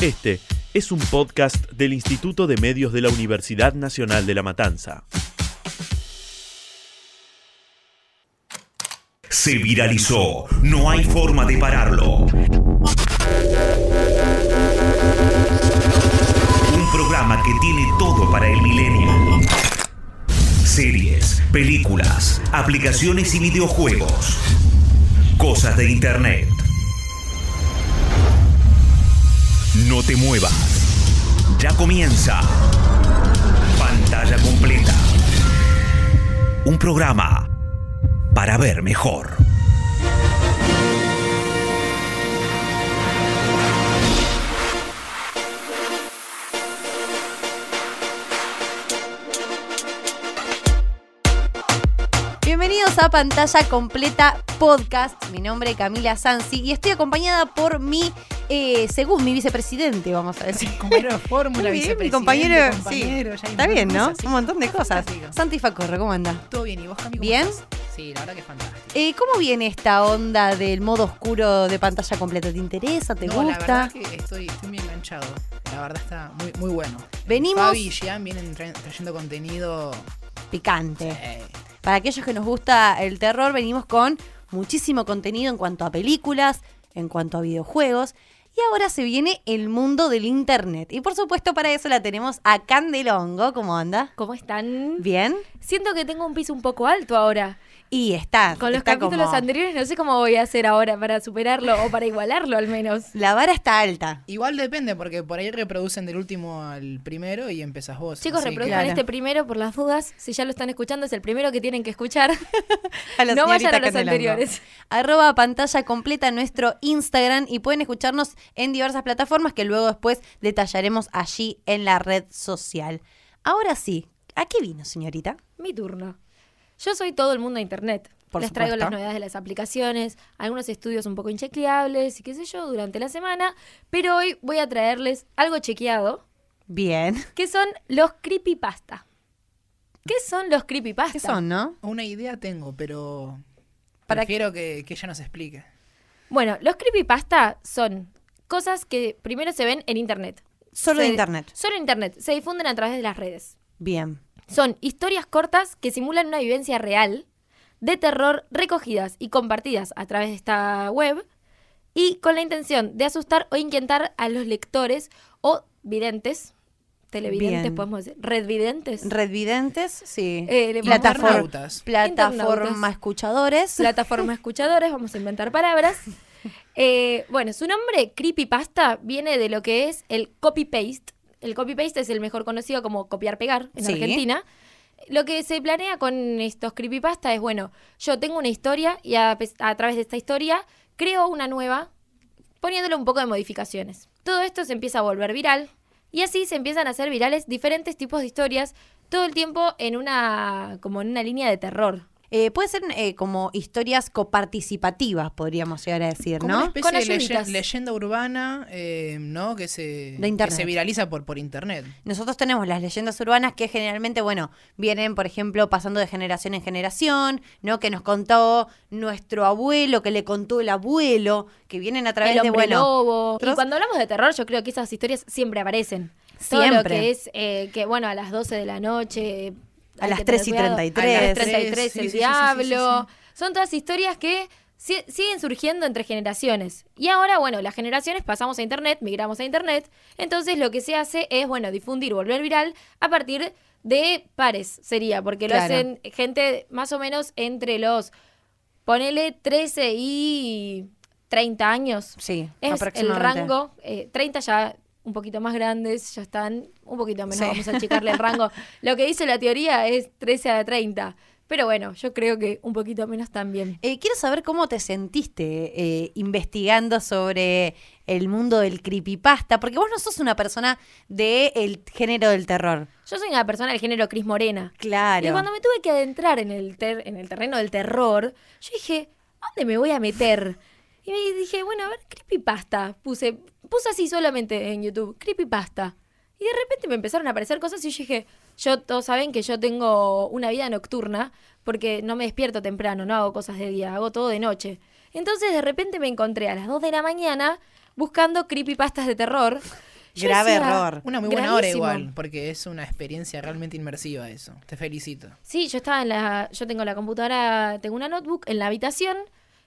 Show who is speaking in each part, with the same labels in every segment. Speaker 1: Este es un podcast del Instituto de Medios de la Universidad Nacional de La Matanza.
Speaker 2: Se viralizó. No hay forma de pararlo. Un programa que tiene todo para el milenio. Series, películas, aplicaciones y videojuegos. Cosas de Internet. No te muevas. Ya comienza. Pantalla completa. Un programa para ver mejor.
Speaker 3: Bienvenidos a Pantalla Completa Podcast. Mi nombre es Camila Sansi y estoy acompañada por mi, eh, según mi vicepresidente, vamos a decir.
Speaker 4: Compañero de fórmula,
Speaker 3: Muy bien,
Speaker 4: vicepresidente,
Speaker 3: mi compañero,
Speaker 4: compañero,
Speaker 3: sí.
Speaker 4: ya hay
Speaker 3: Está
Speaker 4: muchas
Speaker 3: bien, ¿no?
Speaker 4: cosas,
Speaker 3: Un montón de cosas.
Speaker 4: Fantástico.
Speaker 3: Santi Facorro, ¿cómo anda?
Speaker 4: Todo bien, ¿y vos, Cami? cómo
Speaker 3: ¿Bien?
Speaker 4: estás? Sí, la verdad que es fantástico.
Speaker 3: Eh, ¿Cómo viene esta onda del modo oscuro de pantalla completa? ¿Te interesa? ¿Te
Speaker 4: No, La
Speaker 3: gusta?
Speaker 4: verdad que estoy, estoy muy enganchado. La verdad está muy, muy bueno.
Speaker 3: Venimos-
Speaker 4: Fabi y Jean vienen tra- trayendo contenido.
Speaker 3: Picante.
Speaker 4: eh,
Speaker 3: Para aquellos que nos gusta el terror, venimos con muchísimo contenido en cuanto a películas, en cuanto a videojuegos. Y ahora se viene el mundo del internet. Y por supuesto, para eso la tenemos a Candelongo. ¿Cómo anda?
Speaker 5: ¿Cómo están?
Speaker 3: ¿Bien?
Speaker 5: Siento que tengo un piso un poco alto ahora.
Speaker 3: Y está.
Speaker 5: Con los
Speaker 3: está
Speaker 5: capítulos
Speaker 3: como-
Speaker 5: anteriores no sé cómo voy a hacer ahora para superarlo o para igualarlo al menos.
Speaker 3: La vara está alta.
Speaker 4: igual depende, porque por ahí reproducen del último al primero y empezás vos.
Speaker 5: Chicos,
Speaker 4: así que-
Speaker 5: reproduzcan
Speaker 3: claro.
Speaker 5: este primero por las dudas. Si ya lo están escuchando, es el primero que tienen que escuchar.
Speaker 3: A la
Speaker 5: no vayan
Speaker 3: señorita
Speaker 5: a los
Speaker 3: Candelongo.
Speaker 5: anteriores.
Speaker 3: Arroba pantalla completa nuestro Instagram y pueden escucharnos en diversas plataformas que luego después detallaremos allí en la red social. Ahora sí, ¿a qué vino, señorita?
Speaker 5: Mi turno. Yo soy todo el mundo de Internet.
Speaker 3: Por
Speaker 5: Les traigo
Speaker 3: supuesto.
Speaker 5: las novedades de las aplicaciones, algunos estudios un poco inchequeables y qué sé yo durante la semana. Pero hoy voy a traerles algo chequeado,
Speaker 3: Bien.
Speaker 5: que son los creepypasta. ¿Qué son los creepypasta?
Speaker 3: ¿Qué son, no?
Speaker 4: Una idea tengo, pero.
Speaker 3: Para-
Speaker 4: Prefiero que, que ella nos explique.
Speaker 5: Bueno, los creepypasta son cosas que primero se ven en internet.
Speaker 3: Solo de
Speaker 5: Se-
Speaker 3: internet.
Speaker 5: Solo en internet. Se difunden a través de las redes.
Speaker 3: Bien.
Speaker 5: Son historias cortas que simulan una vivencia real de terror recogidas y compartidas a través de esta web y con la intención de asustar o inquietar a los lectores o videntes, televidentes,
Speaker 3: Bien.
Speaker 5: podemos decir, redvidentes,
Speaker 3: Redvidentes, sí.
Speaker 5: Eh, le-
Speaker 3: Plataform-
Speaker 4: Internautas.
Speaker 3: Plataforma
Speaker 5: Internautas.
Speaker 3: escuchadores.
Speaker 5: plataforma escuchadores, vamos a inventar palabras. Eh, bueno, su nombre, Creepypasta, viene de lo que es el copy-paste. El copy-paste es el mejor conocido como copiar-pegar en
Speaker 3: Sí.
Speaker 5: Argentina. Lo que se planea con estos creepypasta es, bueno, yo tengo una historia y a, pes- a través de esta historia creo una nueva poniéndole un poco de modificaciones. Todo esto se empieza a volver viral y así se empiezan a hacer virales diferentes tipos de historias todo el tiempo en una como en una línea de terror.
Speaker 3: Eh, puede ser eh, como historias coparticipativas, podríamos llegar a decir,
Speaker 4: Como
Speaker 3: ¿no?
Speaker 4: una especie
Speaker 5: Con
Speaker 4: de leye-
Speaker 5: ayuditas.
Speaker 4: leyenda urbana, eh, ¿no? Que se,
Speaker 3: De internet.
Speaker 4: que se viraliza por, por internet.
Speaker 3: Nosotros tenemos las leyendas urbanas que generalmente, bueno, vienen, por ejemplo, pasando de generación en generación, ¿no? Que nos contó nuestro abuelo, que le contó el abuelo, que vienen a través
Speaker 5: el
Speaker 3: de,
Speaker 5: hombre
Speaker 3: bueno,
Speaker 5: lobo.
Speaker 3: otros-
Speaker 5: Y cuando hablamos de terror, yo creo que esas historias siempre aparecen. Todo lo
Speaker 3: Siempre.
Speaker 5: que es, eh, que bueno, a las 12 de la noche.
Speaker 3: A
Speaker 5: hay
Speaker 3: las
Speaker 5: que
Speaker 3: 3 y
Speaker 5: tener cuidado.
Speaker 3: 33.
Speaker 5: A las 33,
Speaker 4: Sí,
Speaker 5: el
Speaker 4: sí, sí, sí,
Speaker 5: diablo.
Speaker 4: sí,
Speaker 5: Son todas historias que si- siguen surgiendo entre generaciones. Y ahora, bueno, las generaciones pasamos a Internet, migramos a Internet. Entonces lo que se hace es, bueno, difundir, volver viral a partir de pares, sería, porque lo
Speaker 3: Claro.
Speaker 5: hacen gente más o menos entre los, ponele 13 y 30 años.
Speaker 3: Sí,
Speaker 5: Es el
Speaker 3: aproximadamente.
Speaker 5: rango, eh, 30 ya un poquito más grandes, ya están un poquito menos,
Speaker 3: Sí.
Speaker 5: vamos a checarle el rango. Lo que dice la teoría es 13 a 30, pero bueno, yo creo que un poquito menos también.
Speaker 3: Eh, quiero saber cómo te sentiste eh, investigando sobre el mundo del creepypasta, porque vos no sos una persona del género del terror.
Speaker 5: Yo soy una persona del género Cris Morena.
Speaker 3: Claro.
Speaker 5: Y cuando me tuve que adentrar en el, ter- en el terreno del terror, yo dije, ¿a dónde me voy a meter? Y me dije, bueno, a ver, creepypasta. Puse, puse así solamente en YouTube, creepypasta. Y de repente me empezaron a aparecer cosas y yo dije, yo, todos saben que yo tengo una vida nocturna porque no me despierto temprano, no hago cosas de día, hago todo de noche. Entonces de repente me encontré a las 2 de la mañana buscando creepypastas de terror Yo
Speaker 3: Grave
Speaker 5: decía,
Speaker 3: error.
Speaker 4: Una muy buena hora
Speaker 5: "Gravísimo".
Speaker 4: igual, porque es una experiencia realmente inmersiva eso. Te felicito.
Speaker 5: Sí, yo estaba en la. Yo tengo la computadora, tengo una notebook en la habitación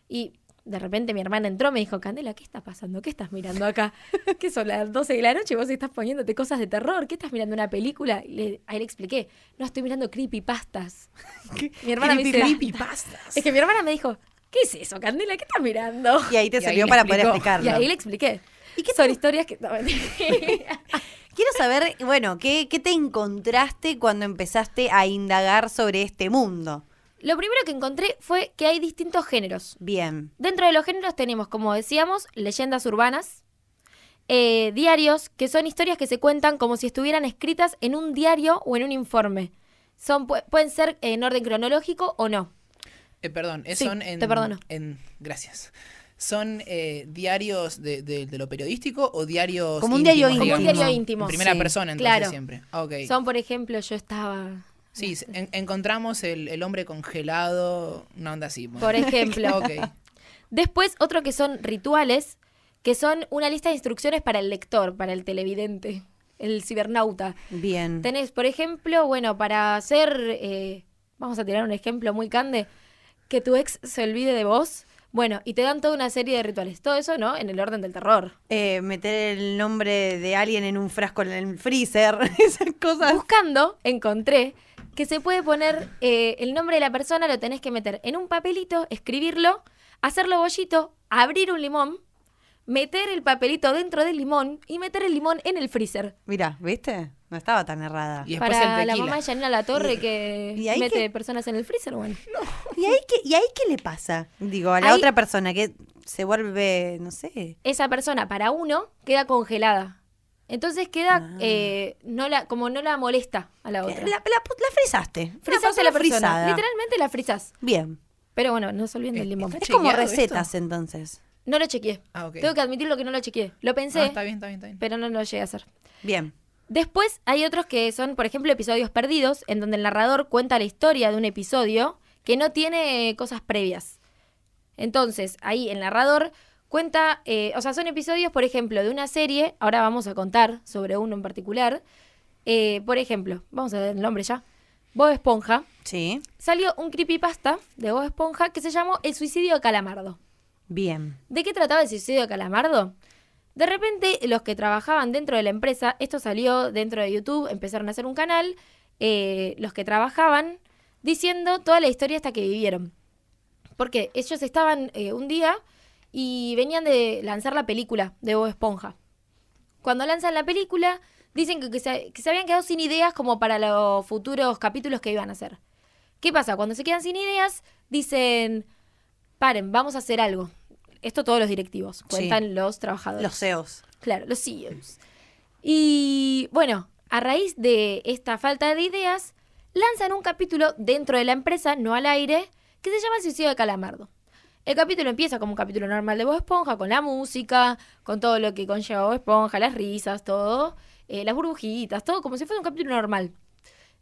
Speaker 5: y de repente mi hermana entró me dijo, Candela, ¿qué está pasando? ¿Qué estás mirando acá? que son las 12 de la noche y vos estás poniéndote cosas de terror. ¿Qué estás mirando? ¿Una película? Y le- ahí le expliqué, no, estoy mirando creepypastas. mi hermana me dice,
Speaker 4: Creepypastas.
Speaker 5: Es que mi hermana me dijo, ¿qué es eso, Candela? ¿Qué estás mirando?
Speaker 3: Y ahí te
Speaker 4: Y ahí
Speaker 3: sirvió
Speaker 4: le
Speaker 3: para poder
Speaker 4: explicó.
Speaker 5: Y
Speaker 3: explicarlo.
Speaker 5: ahí le expliqué. ¿Y qué son historias que... no, mentira.
Speaker 3: Quiero saber, bueno, ¿qué, qué te encontraste cuando empezaste a indagar sobre este mundo?
Speaker 5: Lo primero que encontré fue que hay distintos géneros.
Speaker 3: Bien.
Speaker 5: Dentro de los géneros tenemos, como decíamos, leyendas urbanas, eh, diarios, que son historias que se cuentan como si estuvieran escritas en un diario o en un informe. Son, pu- pueden ser en orden cronológico o no.
Speaker 4: Eh, perdón, eh,
Speaker 5: Sí,
Speaker 4: son en,
Speaker 5: te perdono.
Speaker 4: en- gracias. ¿Son eh, diarios de, de- de lo periodístico o diarios
Speaker 3: Como un diario
Speaker 4: íntimos,
Speaker 5: íntimo. Como un
Speaker 4: digamos?
Speaker 5: diario íntimo.
Speaker 4: En primera
Speaker 3: Sí,
Speaker 4: persona, entonces,
Speaker 5: claro.
Speaker 4: siempre. Ah, ok.
Speaker 5: Son, por ejemplo, yo estaba,
Speaker 4: Sí, se- en- encontramos el, el hombre congelado, una onda así. bueno.
Speaker 5: por ejemplo.
Speaker 4: Ok.
Speaker 5: Después, otro que son rituales, que son una lista de instrucciones para el lector, para el televidente, el cibernauta.
Speaker 3: Bien.
Speaker 5: Tenés, por ejemplo, bueno, para hacer, eh, vamos a tirar un ejemplo muy cande, que tu ex se olvide de vos, bueno, y te dan toda una serie de rituales. Todo eso, ¿no? En el orden del terror.
Speaker 3: Eh, meter el nombre de alguien en un frasco en el freezer, esas
Speaker 4: Ah.
Speaker 3: cosas.
Speaker 5: Buscando, encontré que se puede poner eh, el nombre de la persona, lo tenés que meter en un papelito, escribirlo, hacerlo bollito, abrir un limón, meter el papelito dentro del limón y meter el limón en el freezer.
Speaker 3: Mirá, ¿viste? No estaba tan errada.
Speaker 4: Y después
Speaker 5: Para
Speaker 4: el
Speaker 5: la
Speaker 4: tequila.
Speaker 5: mamá de Janina La Torre que
Speaker 3: ¿Y ahí
Speaker 5: mete
Speaker 3: qué?
Speaker 5: personas en el freezer, bueno.
Speaker 3: ¿Y ahí qué, y ahí qué le pasa? Digo, a la
Speaker 5: Ahí-
Speaker 3: otra persona que se vuelve, no sé.
Speaker 5: esa persona para uno queda congelada. Entonces queda
Speaker 4: Ah.
Speaker 5: eh, no la, como no la molesta a la
Speaker 3: La,
Speaker 5: otra.
Speaker 3: la, pu- la frisaste. Una
Speaker 5: Frizás a la persona.
Speaker 3: frisada.
Speaker 5: Literalmente la frizás.
Speaker 3: Bien.
Speaker 5: Pero bueno, no se olviden del limón.
Speaker 4: Eh, Está
Speaker 3: Es como
Speaker 4: chequeado
Speaker 3: recetas
Speaker 4: esto?
Speaker 3: entonces.
Speaker 5: No lo chequeé.
Speaker 4: Ah, ok.
Speaker 5: Tengo que admitirlo que no lo chequeé. Lo pensé,
Speaker 4: Ah, está bien, está bien, está bien.
Speaker 5: pero no lo llegué a hacer.
Speaker 3: Bien.
Speaker 5: Después hay otros que son, por ejemplo, episodios perdidos, en donde el narrador cuenta la historia de un episodio que no tiene eh, cosas previas. Entonces, ahí el narrador cuenta, eh, o sea, son episodios, por ejemplo, de una serie, ahora vamos a contar sobre uno en particular. Eh, por ejemplo, vamos a ver el nombre ya, Bob Esponja.
Speaker 3: Sí.
Speaker 5: Salió un creepypasta de Bob Esponja que se llamó El suicidio de Calamardo.
Speaker 3: Bien.
Speaker 5: ¿De qué trataba el suicidio de Calamardo? De repente, los que trabajaban dentro de la empresa, esto salió dentro de YouTube, empezaron a hacer un canal, eh, los que trabajaban, diciendo toda la historia hasta que vivieron. Porque ellos estaban eh, un día y venían de lanzar la película de Bob Esponja. Cuando lanzan la película, dicen que, que se, que se habían quedado sin ideas como para los futuros capítulos que iban a hacer. ¿Qué pasa? Cuando se quedan sin ideas, dicen, paren, vamos a hacer algo. Esto todos los directivos, cuentan los trabajadores.
Speaker 3: Los CEOs.
Speaker 5: Claro, los CEOs. Y bueno, a raíz de esta falta de ideas, lanzan un capítulo dentro de la empresa, no al aire, que se llama El suicidio de Calamardo. El capítulo empieza como un capítulo normal de Bob Esponja, con la música, con todo lo que conlleva Bob Esponja, las risas, todo, eh, las burbujitas, todo como si fuera un capítulo normal.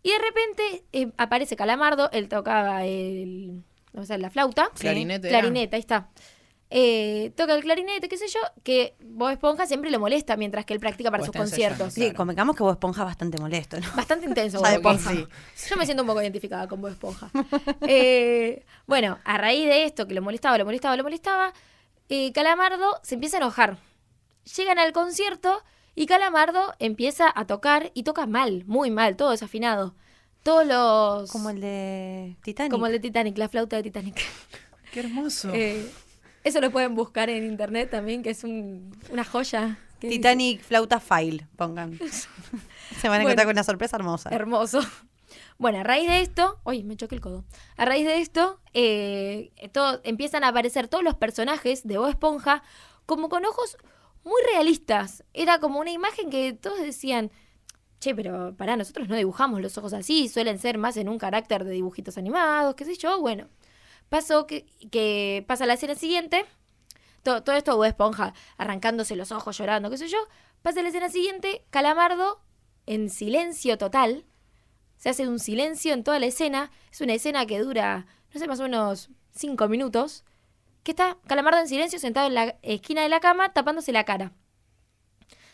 Speaker 5: Y de repente eh, aparece Calamardo, él tocaba el, o sea, la flauta.
Speaker 4: Clarinete era.
Speaker 5: Clarinete, ahí está. Eh, toca el clarinete, qué sé yo, que Bob Esponja siempre lo molesta mientras que él practica para
Speaker 4: O
Speaker 5: sus
Speaker 4: está ensayando.
Speaker 5: conciertos.
Speaker 3: Sí,
Speaker 4: Claro.
Speaker 3: convengamos que vos esponja bastante molesto, ¿no?
Speaker 5: Bastante intenso,
Speaker 3: Ya de
Speaker 5: Bob
Speaker 3: por
Speaker 5: Esponja. Yo me siento un poco identificada con Bob Esponja. Eh, bueno, a raíz de esto, que lo molestaba, lo molestaba, lo molestaba, eh, Calamardo se empieza a enojar. Llegan al concierto y Calamardo empieza a tocar y toca mal, muy mal, todo desafinado. Todos los.
Speaker 3: Como el de Titanic.
Speaker 5: como el de Titanic, la flauta de Titanic.
Speaker 4: Qué hermoso.
Speaker 5: Eh, eso lo pueden buscar en internet también, que es un- una joya. que dice-
Speaker 3: Titanic flauta file, pongan. Se van a encontrar
Speaker 5: Bueno.
Speaker 3: con una sorpresa hermosa.
Speaker 5: Hermoso. Bueno, a raíz de esto, uy, me choqué el codo. A raíz de esto, eh, todo- empiezan a aparecer todos los personajes de Bob Esponja como con ojos muy realistas. Era como una imagen que todos decían, che, pero para nosotros no dibujamos los ojos así, suelen ser más en un carácter de dibujitos animados, qué sé yo. Bueno, pasó que, que pasa la escena siguiente, to- todo esto Bob Esponja arrancándose los ojos, llorando, qué sé yo. Pasa la escena siguiente, Calamardo en silencio total. Se hace un silencio en toda la escena. Es una escena que dura, no sé, más o menos cinco minutos. Que está Calamardo en silencio, sentado en la esquina de la cama, tapándose la cara.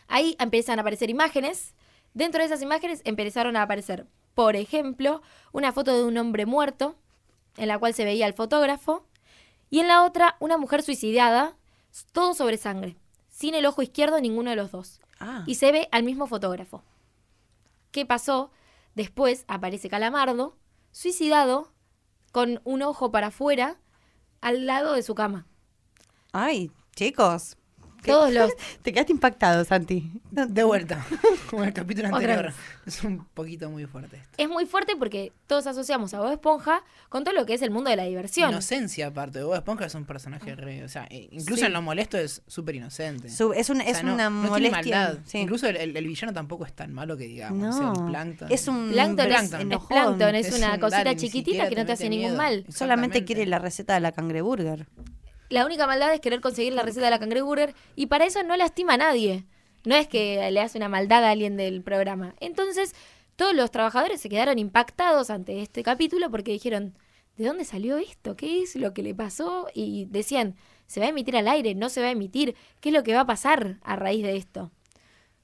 Speaker 5: Ahí empiezan a aparecer imágenes. Dentro de esas imágenes empezaron a aparecer, por ejemplo, una foto de un hombre muerto, en la cual se veía al fotógrafo, y en la otra una mujer suicidada, todo sobre sangre, sin el ojo izquierdo ninguno de los dos.
Speaker 3: Ah.
Speaker 5: Y se ve al mismo fotógrafo. ¿Qué pasó? Después aparece Calamardo, suicidado, con un ojo para afuera, al lado de su cama.
Speaker 3: Ay, chicos. ¿Qué?
Speaker 5: Todos los...
Speaker 3: Te quedaste impactado, Santi.
Speaker 4: De vuelta, como el capítulo
Speaker 5: Otra
Speaker 4: anterior.
Speaker 5: vez.
Speaker 4: Es un poquito muy fuerte esto.
Speaker 5: Es muy fuerte porque todos asociamos a Bob Esponja con todo lo que es el mundo de la diversión.
Speaker 4: Inocencia, aparte. Bob Esponja es un personaje re. O sea, e- incluso
Speaker 5: Sí.
Speaker 4: en lo molesto es súper inocente.
Speaker 3: Su- es un-
Speaker 4: O sea,
Speaker 3: es
Speaker 4: no-
Speaker 3: una
Speaker 4: no tiene
Speaker 3: molestia.
Speaker 4: maldad.
Speaker 3: sí.
Speaker 4: Incluso el, el- el villano tampoco es tan malo que digamos. o sea,
Speaker 3: No.
Speaker 4: el plankton.
Speaker 3: Es un
Speaker 5: Plankton
Speaker 3: pero
Speaker 5: es,
Speaker 4: Plankton.
Speaker 5: es
Speaker 3: enojón.
Speaker 5: plankton, es
Speaker 4: Es
Speaker 5: una
Speaker 4: un
Speaker 5: cosita
Speaker 4: Darwin, ni
Speaker 5: chiquitita
Speaker 4: siquiera
Speaker 5: que no
Speaker 4: te
Speaker 5: te hace
Speaker 4: mete
Speaker 5: ningún
Speaker 4: miedo.
Speaker 5: mal.
Speaker 3: Solamente
Speaker 4: Exactamente.
Speaker 3: quiere la receta de la cangreburger.
Speaker 5: La única maldad es querer conseguir la receta de la cangreburger y para eso no lastima a nadie. No es que le hace una maldad a alguien del programa. Entonces, todos los trabajadores se quedaron impactados ante este capítulo porque dijeron, ¿de dónde salió esto? ¿Qué es lo que le pasó? Y decían, ¿se va a emitir al aire? ¿No se va a emitir? ¿Qué es lo que va a pasar a raíz de esto?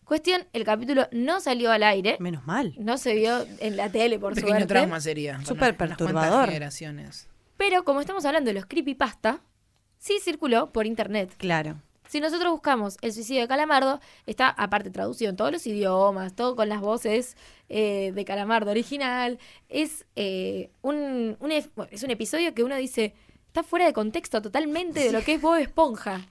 Speaker 5: Cuestión, el capítulo no salió al aire.
Speaker 3: Menos mal.
Speaker 5: No se vio en la tele, por
Speaker 4: Un pequeño
Speaker 5: suerte.
Speaker 4: trauma sería. para
Speaker 3: Súper
Speaker 4: unas cuantas
Speaker 3: perturbador.
Speaker 4: generaciones.
Speaker 5: Pero como estamos hablando de los creepypasta, sí circuló por internet.
Speaker 3: Claro.
Speaker 5: Si nosotros buscamos el suicidio de Calamardo, está aparte traducido en todos los idiomas, todo con las voces eh, de Calamardo original. Es, eh, un, un ef- bueno, es un episodio que uno dice, está fuera de contexto totalmente de lo que es Bob Esponja.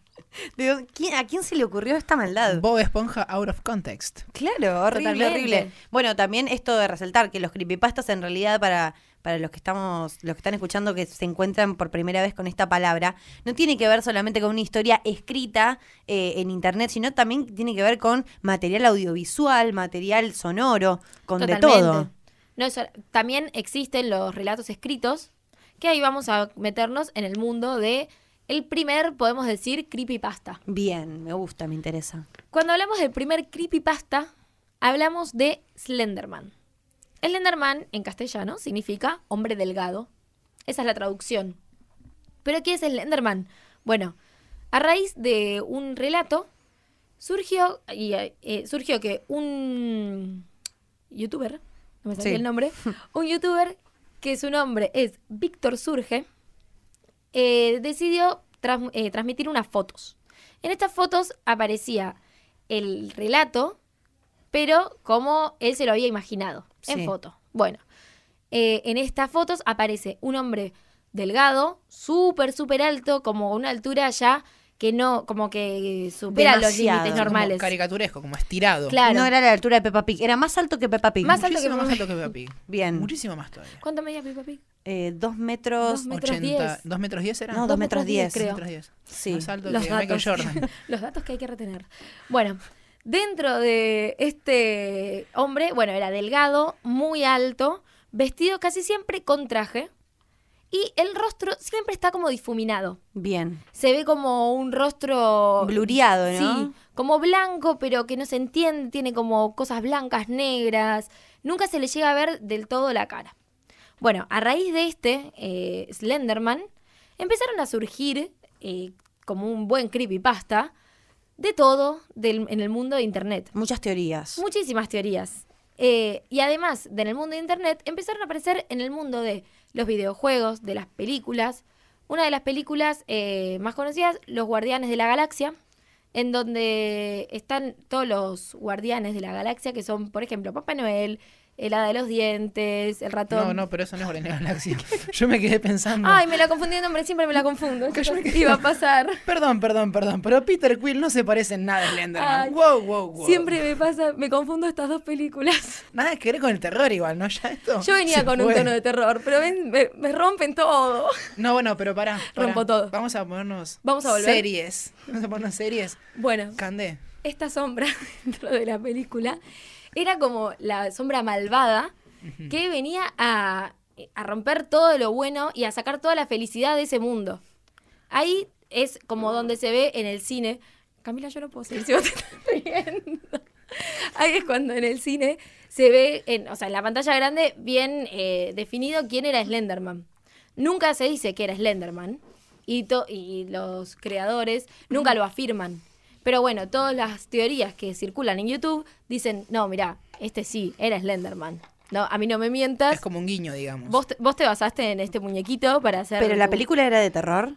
Speaker 3: ¿De dónde- quién- ¿A quién se le ocurrió esta maldad?
Speaker 4: Bob Esponja out of context.
Speaker 3: Claro, horrible,
Speaker 5: Totalmente.
Speaker 3: horrible. Bueno, también esto de resaltar que los creepypastas en realidad para para los que estamos los que están escuchando que se encuentran por primera vez con esta palabra, no tiene que ver solamente con una historia escrita eh, en internet, sino también tiene que ver con material audiovisual, material sonoro, con de todo.
Speaker 5: No, eso- también existen los relatos escritos, que ahí vamos a meternos en el mundo de el primer, podemos decir, creepypasta.
Speaker 3: Bien, me gusta, me interesa.
Speaker 5: Cuando hablamos del primer creepypasta, hablamos de Slenderman. Slenderman en castellano significa hombre delgado. Esa es la traducción. ¿Pero qué es Slenderman? Bueno, a raíz de un relato surgió, y, eh, eh, surgió que un youtuber, no me salía
Speaker 3: Sí.
Speaker 5: el nombre, un youtuber que su nombre es Víctor Surge, eh, decidió tras- eh, transmitir unas fotos. En estas fotos aparecía el relato, pero como él se lo había imaginado,
Speaker 3: Sí.
Speaker 5: en foto. Bueno, eh, en estas fotos aparece un hombre delgado, súper, súper alto, como una altura ya que no, como que supera
Speaker 3: Demasiado.
Speaker 5: los límites
Speaker 3: Como
Speaker 5: normales.
Speaker 4: Como caricaturesco, como estirado.
Speaker 5: Claro.
Speaker 3: No era la altura de Peppa Pig, era más alto que Peppa Pig.
Speaker 5: Más alto que
Speaker 4: Muchísimo
Speaker 5: Peppa
Speaker 4: más
Speaker 5: Pig.
Speaker 4: alto que Peppa Pig.
Speaker 3: Bien.
Speaker 4: Muchísimo más todavía.
Speaker 5: ¿Cuánto medía Peppa Pig?
Speaker 3: Eh, dos metros.
Speaker 5: Dos metros diez.
Speaker 4: ¿Dos metros diez eran?
Speaker 3: No, dos metros diez.
Speaker 5: creo.
Speaker 4: Metros diez.
Speaker 3: Sí.
Speaker 4: Más alto
Speaker 5: Los
Speaker 4: que
Speaker 5: datos.
Speaker 4: "Ah, Michael Jordan.
Speaker 5: Los datos que hay que retener. Bueno, dentro de este hombre, bueno, era delgado, muy alto, vestido casi siempre con traje y el rostro siempre está como difuminado.
Speaker 3: Bien.
Speaker 5: Se ve como un rostro...
Speaker 3: Blureado, ¿no?
Speaker 5: Sí, como blanco, pero que no se entiende, tiene como cosas blancas, negras. Nunca se le llega a ver del todo la cara. Bueno, a raíz de este, eh, Slenderman, empezaron a surgir, eh, como un buen creepypasta, de todo del- en el mundo de Internet.
Speaker 3: Muchas teorías.
Speaker 5: Muchísimas teorías. Eh, y además, de en el mundo de Internet, empezaron a aparecer en el mundo de los videojuegos, de las películas. Una de las películas eh, más conocidas, Los Guardianes de la Galaxia, en donde están todos los guardianes de la galaxia, que son, por ejemplo, Papá Noel, el Hada de los Dientes, el ratón.
Speaker 4: No, no, pero eso no es Guardianes de la Galaxia. Yo me quedé pensando.
Speaker 5: Ay, me la confundí de nombre, siempre me la confundo. Iba a pasar.
Speaker 4: Perdón, perdón, perdón, pero Peter Quill no se parece en nada a Slenderman.
Speaker 5: Ay.
Speaker 4: wow, wow, wow.
Speaker 5: Siempre me pasa, me confundo estas dos películas.
Speaker 4: Nada que ver con el terror igual, ¿no? Ya esto
Speaker 5: Yo venía
Speaker 4: se
Speaker 5: con un
Speaker 4: fue.
Speaker 5: tono de terror, pero ven, me, me rompen todo.
Speaker 4: No, bueno, pero pará. pará.
Speaker 5: Rompo todo.
Speaker 4: Vamos a ponernos
Speaker 5: Vamos a volver.
Speaker 4: series. Vamos a ponernos series.
Speaker 5: Bueno,
Speaker 4: Candé.
Speaker 5: esta sombra dentro de la película era como la sombra malvada que venía a, a romper todo lo bueno y a sacar toda la felicidad de ese mundo. Ahí es como donde se ve en el cine. Camila, yo no puedo seguir si vos te estás riendo. Ahí es cuando en el cine se ve, en, o sea, en la pantalla grande, bien eh, definido quién era Slenderman. Nunca se dice que era Slenderman y, to- y los creadores nunca lo afirman. Pero bueno, todas las teorías que circulan en YouTube dicen, no, mira, este sí, era Slenderman. No, a mí no me mientas.
Speaker 4: Es como un guiño, digamos.
Speaker 5: Vos te, vos te basaste en este muñequito para hacer.
Speaker 3: Pero la
Speaker 5: tu-
Speaker 3: película era de terror.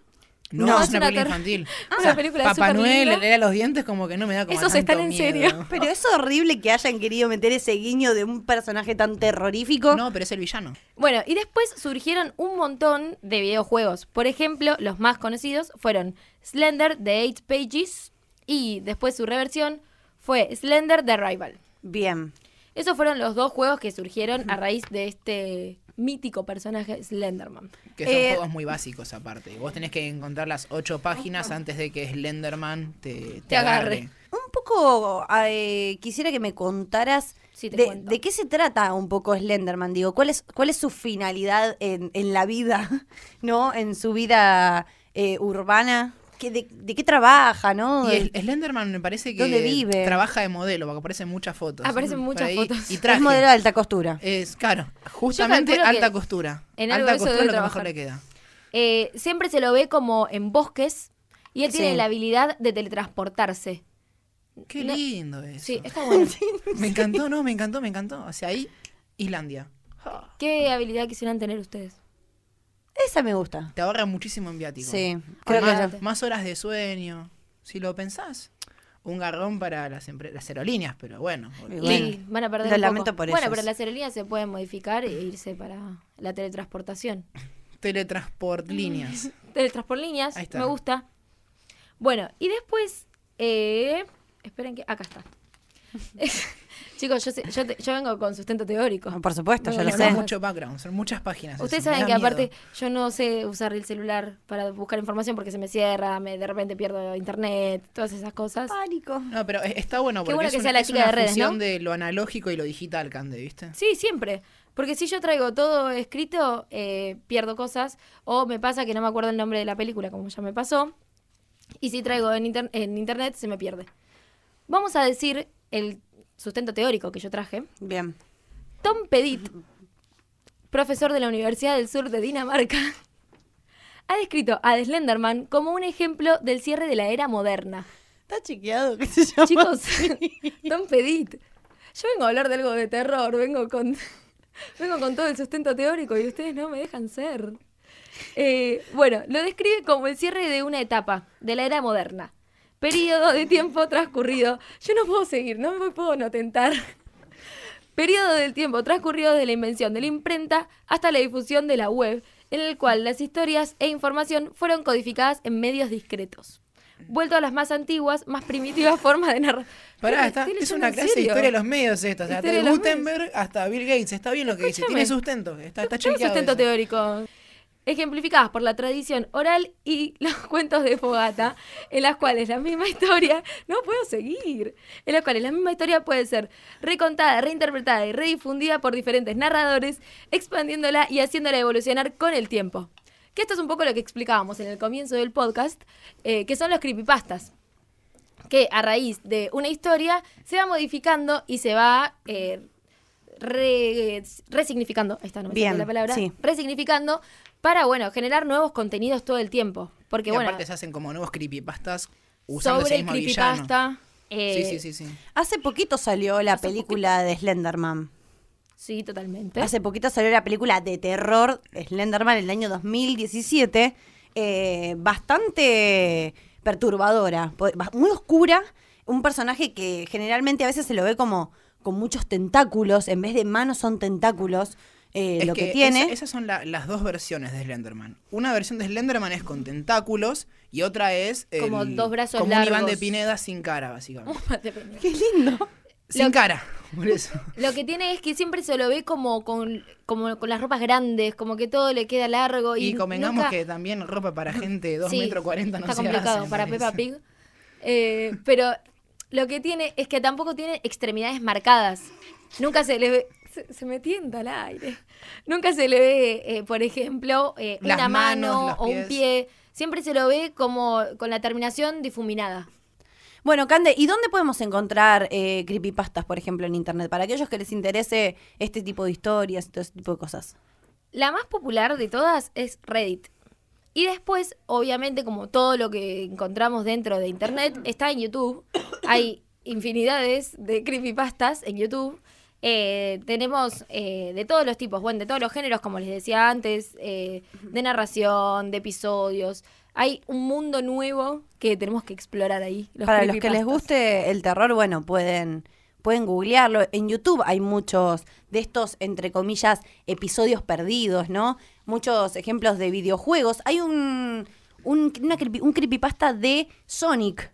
Speaker 4: No,
Speaker 5: No,
Speaker 4: es una película
Speaker 5: ter-
Speaker 4: infantil.
Speaker 5: Ah, una
Speaker 4: O sea,
Speaker 5: película
Speaker 4: Papá
Speaker 5: súper
Speaker 4: Noel,
Speaker 5: linda.
Speaker 4: le da los dientes como que no me da como
Speaker 5: Esos
Speaker 4: tanto
Speaker 5: están en
Speaker 4: miedo.
Speaker 5: serio.
Speaker 3: Pero es horrible que hayan querido meter ese guiño de un personaje tan terrorífico.
Speaker 4: No, pero es el villano.
Speaker 5: Bueno, y después surgieron un montón de videojuegos. Por ejemplo, los más conocidos fueron Slender de 8 Pages y después su reversión fue Slender The Rival.
Speaker 3: Bien.
Speaker 5: Esos fueron los dos juegos que surgieron a raíz de este mítico personaje Slenderman.
Speaker 4: Que son
Speaker 3: Eh,
Speaker 4: juegos muy básicos aparte. Vos tenés que encontrar las ocho páginas antes de que Slenderman te, te
Speaker 5: Te agarre.
Speaker 4: agarre.
Speaker 3: Un poco eh, quisiera que me contaras
Speaker 5: Sí, te
Speaker 3: de,
Speaker 5: cuento.
Speaker 3: de qué se trata un poco Slenderman. Digo, ¿cuál es, cuál es su finalidad en, en la vida, ¿no? En su vida eh, urbana. ¿Qué- de, de qué trabaja, no?
Speaker 4: Y el- Slenderman me parece que
Speaker 3: ¿Dónde vive?
Speaker 4: trabaja de modelo, porque aparecen muchas fotos.
Speaker 5: Aparecen
Speaker 4: Mm,
Speaker 5: muchas
Speaker 4: por ahí.
Speaker 5: fotos.
Speaker 4: Y
Speaker 5: Es
Speaker 4: traje.
Speaker 3: Es modelo de alta costura.
Speaker 4: Es claro, justamente
Speaker 5: calculo que
Speaker 4: alta costura.
Speaker 5: en algo
Speaker 4: alta
Speaker 5: de eso
Speaker 4: costura es
Speaker 5: debe
Speaker 4: lo que mejor
Speaker 5: trabajar.
Speaker 4: le queda.
Speaker 5: Eh, siempre se lo ve como en bosques y él tiene
Speaker 3: Sí.
Speaker 5: la habilidad de teletransportarse.
Speaker 4: Qué
Speaker 5: No-
Speaker 4: lindo eso.
Speaker 5: Sí, está bueno.
Speaker 4: Me encantó, no, me encantó, me encantó. O sea, ahí Islandia.
Speaker 5: ¿Qué habilidad quisieran tener ustedes?
Speaker 3: Esa me gusta.
Speaker 4: Te ahorra muchísimo en viático.
Speaker 3: Sí, creo
Speaker 4: Con
Speaker 3: que
Speaker 4: Más,
Speaker 3: ya.
Speaker 4: más horas de sueño. Si lo pensás, un garrón para las, empre- las aerolíneas, pero bueno.
Speaker 3: Y
Speaker 5: Y
Speaker 3: bueno,
Speaker 5: van a perder
Speaker 3: lo
Speaker 5: un poco.
Speaker 3: lamento por
Speaker 5: Bueno,
Speaker 3: ellos.
Speaker 5: pero las aerolíneas se pueden modificar e irse para la teletransportación. Mm.
Speaker 4: Teletransport líneas.
Speaker 5: Teletransport líneas,
Speaker 4: Ahí está.
Speaker 5: me gusta. Bueno, y después. eh, esperen que. Acá está. Chicos, yo, sé- yo, te- yo vengo con sustento teórico.
Speaker 3: Por supuesto, yo
Speaker 5: Bueno,
Speaker 3: lo
Speaker 5: no,
Speaker 4: Son
Speaker 3: sé.
Speaker 4: mucho background, son muchas páginas.
Speaker 5: Ustedes
Speaker 4: eso, me
Speaker 5: saben
Speaker 4: da
Speaker 5: que aparte
Speaker 4: miedo.
Speaker 5: yo no sé usar el celular para buscar información porque se me cierra, me, de repente pierdo internet, todas esas cosas.
Speaker 3: Pánico.
Speaker 4: No, pero es- está bueno porque
Speaker 5: bueno
Speaker 4: es
Speaker 5: que
Speaker 4: un-
Speaker 5: sea la
Speaker 4: es
Speaker 5: chica
Speaker 4: una
Speaker 5: de redes,
Speaker 4: fusión
Speaker 5: ¿no?
Speaker 4: de lo analógico y lo digital, Cande, ¿viste?
Speaker 5: Sí, siempre. Porque si yo traigo todo escrito, eh, pierdo cosas. O me pasa que no me acuerdo el nombre de la película, como ya me pasó. Y si traigo en, inter- en internet, se me pierde. Vamos a decir el sustento teórico que yo traje.
Speaker 3: Bien.
Speaker 5: Tom Pedit, profesor de la Universidad del Sur de Dinamarca, ha descrito a The Slenderman como un ejemplo del cierre de la era moderna.
Speaker 3: Está chequeado, qué se llama.
Speaker 5: Chicos, Don Pedit. Yo vengo a hablar de algo de terror, vengo con, vengo con todo el sustento teórico y ustedes no me dejan ser. Eh, bueno, lo describe como el cierre de una etapa de la era moderna. Periodo de tiempo transcurrido. Yo no puedo seguir, no me puedo no tentar. Periodo del tiempo transcurrido desde la invención de la imprenta hasta la difusión de la web, en el cual las historias e información fueron codificadas en medios discretos. Vuelto a las más antiguas, más primitivas formas de narrar.
Speaker 4: Pará,
Speaker 5: Pero
Speaker 4: está-
Speaker 5: estoy
Speaker 4: es
Speaker 5: leyendo
Speaker 4: una
Speaker 5: en
Speaker 4: clase de
Speaker 5: serio.
Speaker 4: historia de los medios esto. O sea,
Speaker 5: Historia
Speaker 4: de
Speaker 5: de los
Speaker 4: Gutenberg hasta Bill Gates. Está bien lo que dice. Tiene
Speaker 5: Escúchame.
Speaker 4: sustento. Está, está
Speaker 5: Todo
Speaker 4: chequeado
Speaker 5: sustento
Speaker 4: eso.
Speaker 5: teórico. Ejemplificadas por la tradición oral y los cuentos de fogata, en las cuales la misma historia, no puedo seguir, en las cuales la misma historia puede ser recontada, reinterpretada y redifundida por diferentes narradores, expandiéndola y haciéndola evolucionar con el tiempo. Que esto es un poco lo que explicábamos en el comienzo del podcast, eh, que son los creepypastas que a raíz de una historia se va modificando y se va eh, re- resignificando. Esta no me
Speaker 3: Bien,
Speaker 5: sale la palabra.
Speaker 3: sí.
Speaker 5: Resignificando para, bueno, generar nuevos contenidos todo el tiempo. Porque,
Speaker 4: y
Speaker 5: bueno,
Speaker 4: aparte se hacen como nuevos creepypastas usando ese
Speaker 5: sobre
Speaker 4: mismo villano.
Speaker 5: creepypasta. eh,
Speaker 4: Sí, sí, sí, sí.
Speaker 3: Hace poquito salió la película de Slenderman.
Speaker 5: sí, totalmente.
Speaker 3: Hace poquito salió la película de terror Slenderman en el año 2017. eh, bastante perturbadora, po- ba- muy oscura. Un personaje que generalmente a veces se lo ve como con muchos tentáculos. En vez de manos son tentáculos. eh,
Speaker 4: Es
Speaker 3: lo que,
Speaker 4: esa-
Speaker 3: tiene.
Speaker 4: esas son la- las dos versiones de Slenderman. Una versión de Slenderman es con tentáculos y otra es. el-
Speaker 5: Como dos brazos
Speaker 4: como un Iván
Speaker 5: largos.
Speaker 4: de Pineda sin cara, básicamente.
Speaker 3: Qué lindo.
Speaker 4: sin
Speaker 5: Lo-
Speaker 4: cara, por eso.
Speaker 5: Lo que tiene es que siempre se lo ve como con, como con las ropas grandes, como que todo le queda largo. Y,
Speaker 4: Y convengamos
Speaker 5: nunca-
Speaker 4: que también ropa para gente de 2
Speaker 5: Sí,
Speaker 4: metros 40 no
Speaker 5: Está
Speaker 4: se
Speaker 5: complicado
Speaker 4: hace,
Speaker 5: para
Speaker 4: parece.
Speaker 5: Peppa Pig. Eh, pero lo que tiene es que tampoco tiene extremidades marcadas. Nunca se le ve. Se, se me tienta al aire. Nunca se le ve, eh, por ejemplo, eh,
Speaker 4: Las
Speaker 5: una mano
Speaker 4: manos, los
Speaker 5: o un
Speaker 4: pies.
Speaker 5: pie. Siempre se lo ve como con la terminación difuminada.
Speaker 3: Bueno, Cande, ¿y dónde podemos encontrar eh, creepypastas, por ejemplo, en internet? Para aquellos que les interese este tipo de historias y todo ese tipo de cosas.
Speaker 5: La más popular de todas es Reddit. Y después, obviamente, como todo lo que encontramos dentro de internet, está en YouTube. Hay infinidades de creepypastas en YouTube. Eh, tenemos eh, de todos los tipos, bueno, de todos los géneros, como les decía antes, eh, de narración, de episodios. Hay un mundo nuevo que tenemos que explorar ahí.
Speaker 3: Para los que les
Speaker 5: creepypastas.
Speaker 3: guste el terror, bueno, pueden, pueden googlearlo. En YouTube hay muchos de estos, entre comillas, episodios perdidos, ¿no? Muchos ejemplos de videojuegos. Hay un, un, una creepy- un creepypasta de Sonic.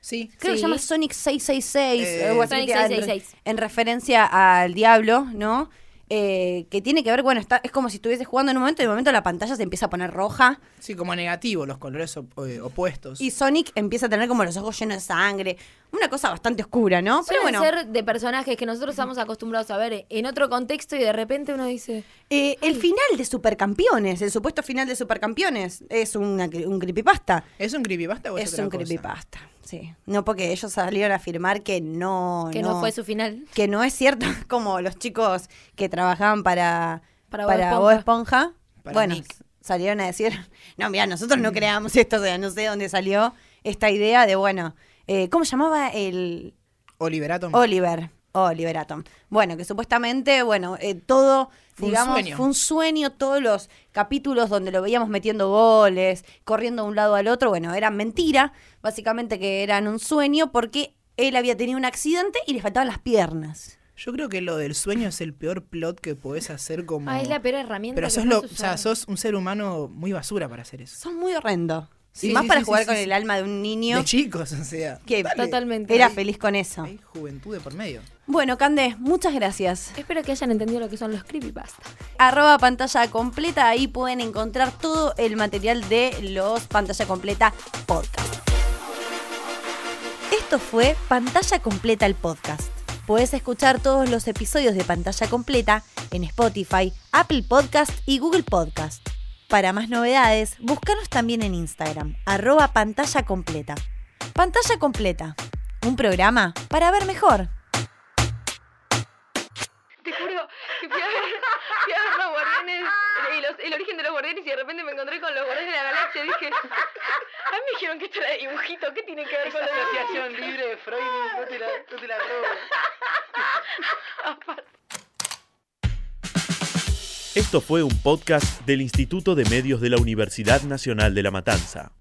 Speaker 4: Sí.
Speaker 3: Creo que se
Speaker 5: Sí.
Speaker 3: llama Sonic 666.
Speaker 4: Eh,
Speaker 3: algo así,
Speaker 5: Sonic
Speaker 3: que- en-
Speaker 5: 666.
Speaker 3: En, referencia al diablo, ¿no? Eh, que tiene que ver, bueno, está, es como si estuviese jugando en un momento y de momento la pantalla se empieza a poner roja.
Speaker 4: Sí, como negativo, los colores op- eh, opuestos.
Speaker 3: Y Sonic empieza a tener como los ojos llenos de sangre. Una cosa bastante oscura, ¿no? Pero
Speaker 5: Suelen
Speaker 3: bueno,
Speaker 5: ser de personajes que nosotros estamos acostumbrados a ver en otro contexto y de repente uno dice,
Speaker 3: eh, el final de Supercampeones, el supuesto final de Supercampeones, es una cre- un creepypasta.
Speaker 4: ¿Es un creepypasta o es,
Speaker 3: Es
Speaker 4: otra
Speaker 3: un
Speaker 4: cosa?
Speaker 3: creepypasta, sí. No porque ellos salieron a afirmar que no...
Speaker 5: que no, fue su final.
Speaker 3: Que no es cierto, como los chicos que trabajaban para,
Speaker 5: Para
Speaker 3: para,
Speaker 5: Bob
Speaker 3: Bob Esponja.
Speaker 4: Para
Speaker 3: bueno,
Speaker 4: Nick.
Speaker 3: salieron a decir, no, mira, nosotros no creamos esto, o sea, no sé dónde salió esta idea de, bueno, eh, ¿cómo llamaba el,
Speaker 4: Oliver Atom.
Speaker 3: Oliver, Oliver Atom. Bueno, que supuestamente, bueno, eh, todo,
Speaker 4: Fue un
Speaker 3: digamos,
Speaker 4: sueño.
Speaker 3: fue un sueño, todos los capítulos donde lo veíamos metiendo goles, corriendo de un lado al otro, bueno, eran mentira, básicamente que eran un sueño porque él había tenido un accidente y le faltaban las piernas.
Speaker 4: Yo creo que lo del sueño es el peor plot que podés hacer como...
Speaker 5: Ah, es la peor herramienta.
Speaker 4: Pero
Speaker 5: que
Speaker 4: sos,
Speaker 5: puedes
Speaker 4: lo, o sea,
Speaker 5: usar.
Speaker 4: sos un ser humano muy basura para hacer eso.
Speaker 3: Son muy horrendo.
Speaker 4: Sí,
Speaker 3: y más
Speaker 4: sí,
Speaker 3: para
Speaker 4: sí,
Speaker 3: jugar
Speaker 4: sí,
Speaker 3: con
Speaker 4: sí.
Speaker 3: el alma de un niño
Speaker 4: De chicos, o sea.
Speaker 3: que
Speaker 5: Totalmente.
Speaker 3: era feliz con eso.
Speaker 4: Hay juventud de por medio.
Speaker 3: Bueno, Cande, muchas gracias.
Speaker 5: Espero que hayan entendido lo que son los creepypastas.
Speaker 3: arroba pantalla completa, ahí pueden encontrar todo el material de los pantalla completa podcast. Esto fue Pantalla Completa el podcast. Puedes escuchar todos los episodios de Pantalla Completa en Spotify, Apple Podcast y Google Podcast. Para más novedades, búscanos también en Instagram, arroba pantalla completa. Pantalla Completa, un programa para ver mejor.
Speaker 6: Te juro que fui a ver, fui a ver los guardianes y los- el origen de los guardianes y de repente me encontré con los guardianes de la galaxia y dije, a mí me dijeron que esto era de dibujito, ¿qué tiene que ver con la asociación libre de Freud? No te la, no te la
Speaker 1: Esto fue un podcast del Instituto de Medios de la Universidad Nacional de La Matanza.